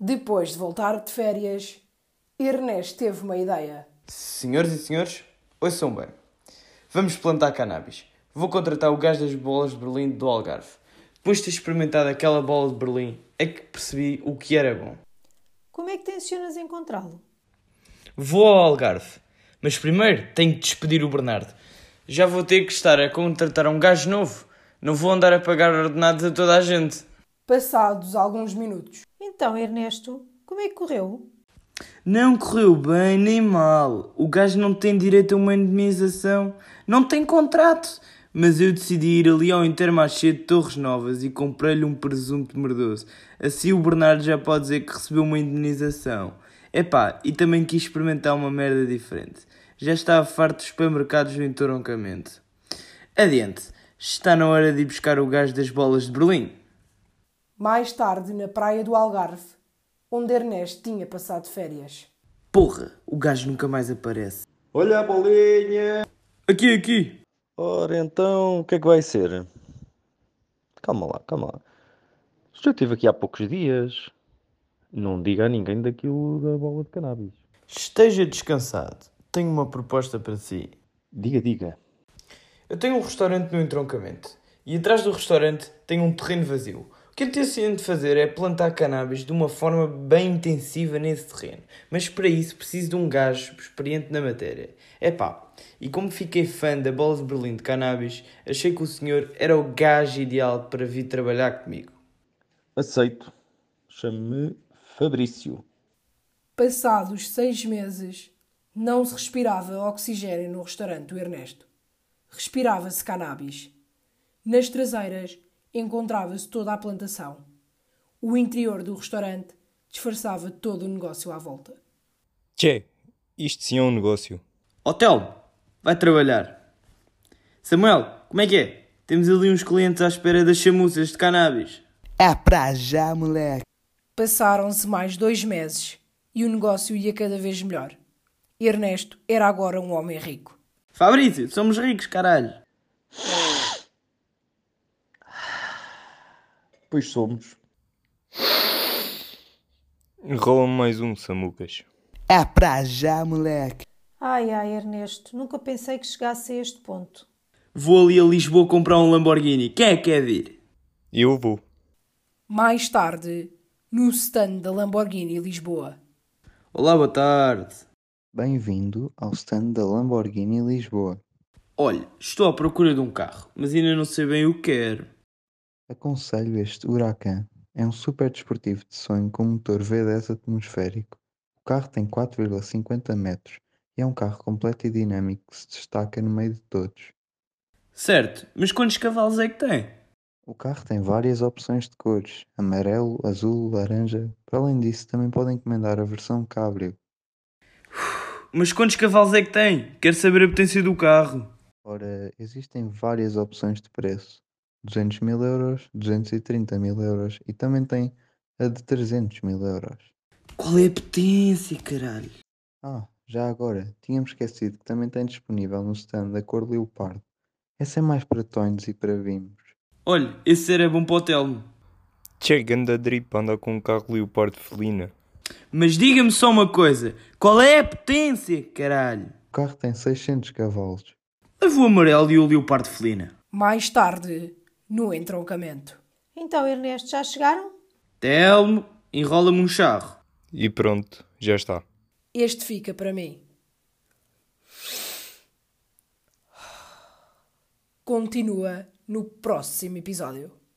Depois de voltar de férias, Ernesto teve uma ideia. Senhoras e senhores, ouçam bem. Vamos plantar cannabis. Vou contratar o gajo das bolas de Berlim do Algarve. Depois de ter experimentado aquela bola de Berlim, é que percebi o que era bom. Como é que tencionas encontrá-lo? Vou ao Algarve. Mas primeiro tenho que despedir o Bernardo. Já vou ter que estar a contratar um gajo novo. Não vou andar a pagar ordenados a toda a gente. Passados alguns minutos, Então, Ernesto, como é que correu? Não correu bem nem mal. O gajo não tem direito a uma indemnização, não tem contrato. Mas eu decidi ir ali ao Intermarché de Torres Novas e comprei-lhe um presunto merdoso. Assim o Bernardo já pode dizer que recebeu uma indemnização. Epá, e também quis experimentar uma merda diferente. Já estava farto dos supermercados do entroncamento. Adiante, está na hora de ir buscar o gajo das bolas de Berlim. mais tarde na praia do Algarve, onde Ernesto tinha passado férias. Porra, o gajo nunca mais aparece. Olha a bolinha! Aqui, aqui, Ora então, o que é que vai ser? Calma lá, calma lá. Já estive aqui há poucos dias. Não diga a ninguém daquilo da bola de cannabis. Esteja descansado. Tenho uma proposta para si. Diga, diga. Eu tenho um restaurante no entroncamento e atrás do restaurante tenho um terreno vazio. O que eu tenho de fazer é plantar cannabis de uma forma bem intensiva nesse terreno, mas para isso preciso de um gajo experiente na matéria. Epá, e como fiquei fã da bola de Berlim de cannabis, achei que o senhor era o gajo ideal para vir trabalhar comigo. Aceito. Chame-me Fabrício. Passados seis meses, não se respirava oxigênio no restaurante do Ernesto. Respirava-se cannabis. Nas traseiras encontrava-se toda a plantação. O interior do restaurante disfarçava todo o negócio à volta. Tchê, isto sim é um negócio. Hotel, vai trabalhar. Samuel, como é que é? Temos ali uns clientes à espera das chamuças de cannabis. É pra já, moleque. Passaram-se mais dois meses e o negócio ia cada vez melhor. Ernesto era agora um homem rico. Fabrício, somos ricos, caralho. Pois somos. Rola-me mais um, Samucas. É pra já, moleque. Ai, ai, Ernesto, nunca pensei que chegasse a este ponto. Vou ali a Lisboa comprar um Lamborghini. Quem é que quer vir? Eu vou. Mais tarde, no stand da Lamborghini Lisboa, Olá, boa tarde. Bem-vindo ao stand da Lamborghini Lisboa. Olha, estou à procura de um carro, mas ainda não sei bem o que quero. Aconselho este Huracan. É um super desportivo de sonho com motor V10 atmosférico. O carro tem 4,50 metros e é um carro completo e dinâmico que se destaca no meio de todos. Certo, mas quantos cavalos é que tem? O carro tem várias opções de cores: amarelo, azul, laranja. Para além disso, também podem encomendar a versão cabrio. Mas quantos cavalos é que tem? Quero saber a potência do carro. Ora, existem várias opções de preço: 200 mil euros, 230 mil euros e também tem a de 300 mil euros. Qual é a potência, caralho? Ah, já agora, tínhamos esquecido que também tem disponível no stand a cor leopardo. Essa é mais para tonhos e para vimos. Olha, esse ser é bom para o Telmo. Tchê, ganda drip para andar com um carro leopardo felina. Mas diga-me só uma coisa. Qual é a potência, caralho? O carro tem 600 cavalos. Levo o amarelo e o leopardo felina. mais tarde, no entroncamento. Então, Ernesto, já chegaram? Telmo, enrola-me um charro. E pronto, já está. Este fica para mim. Continua no próximo episódio.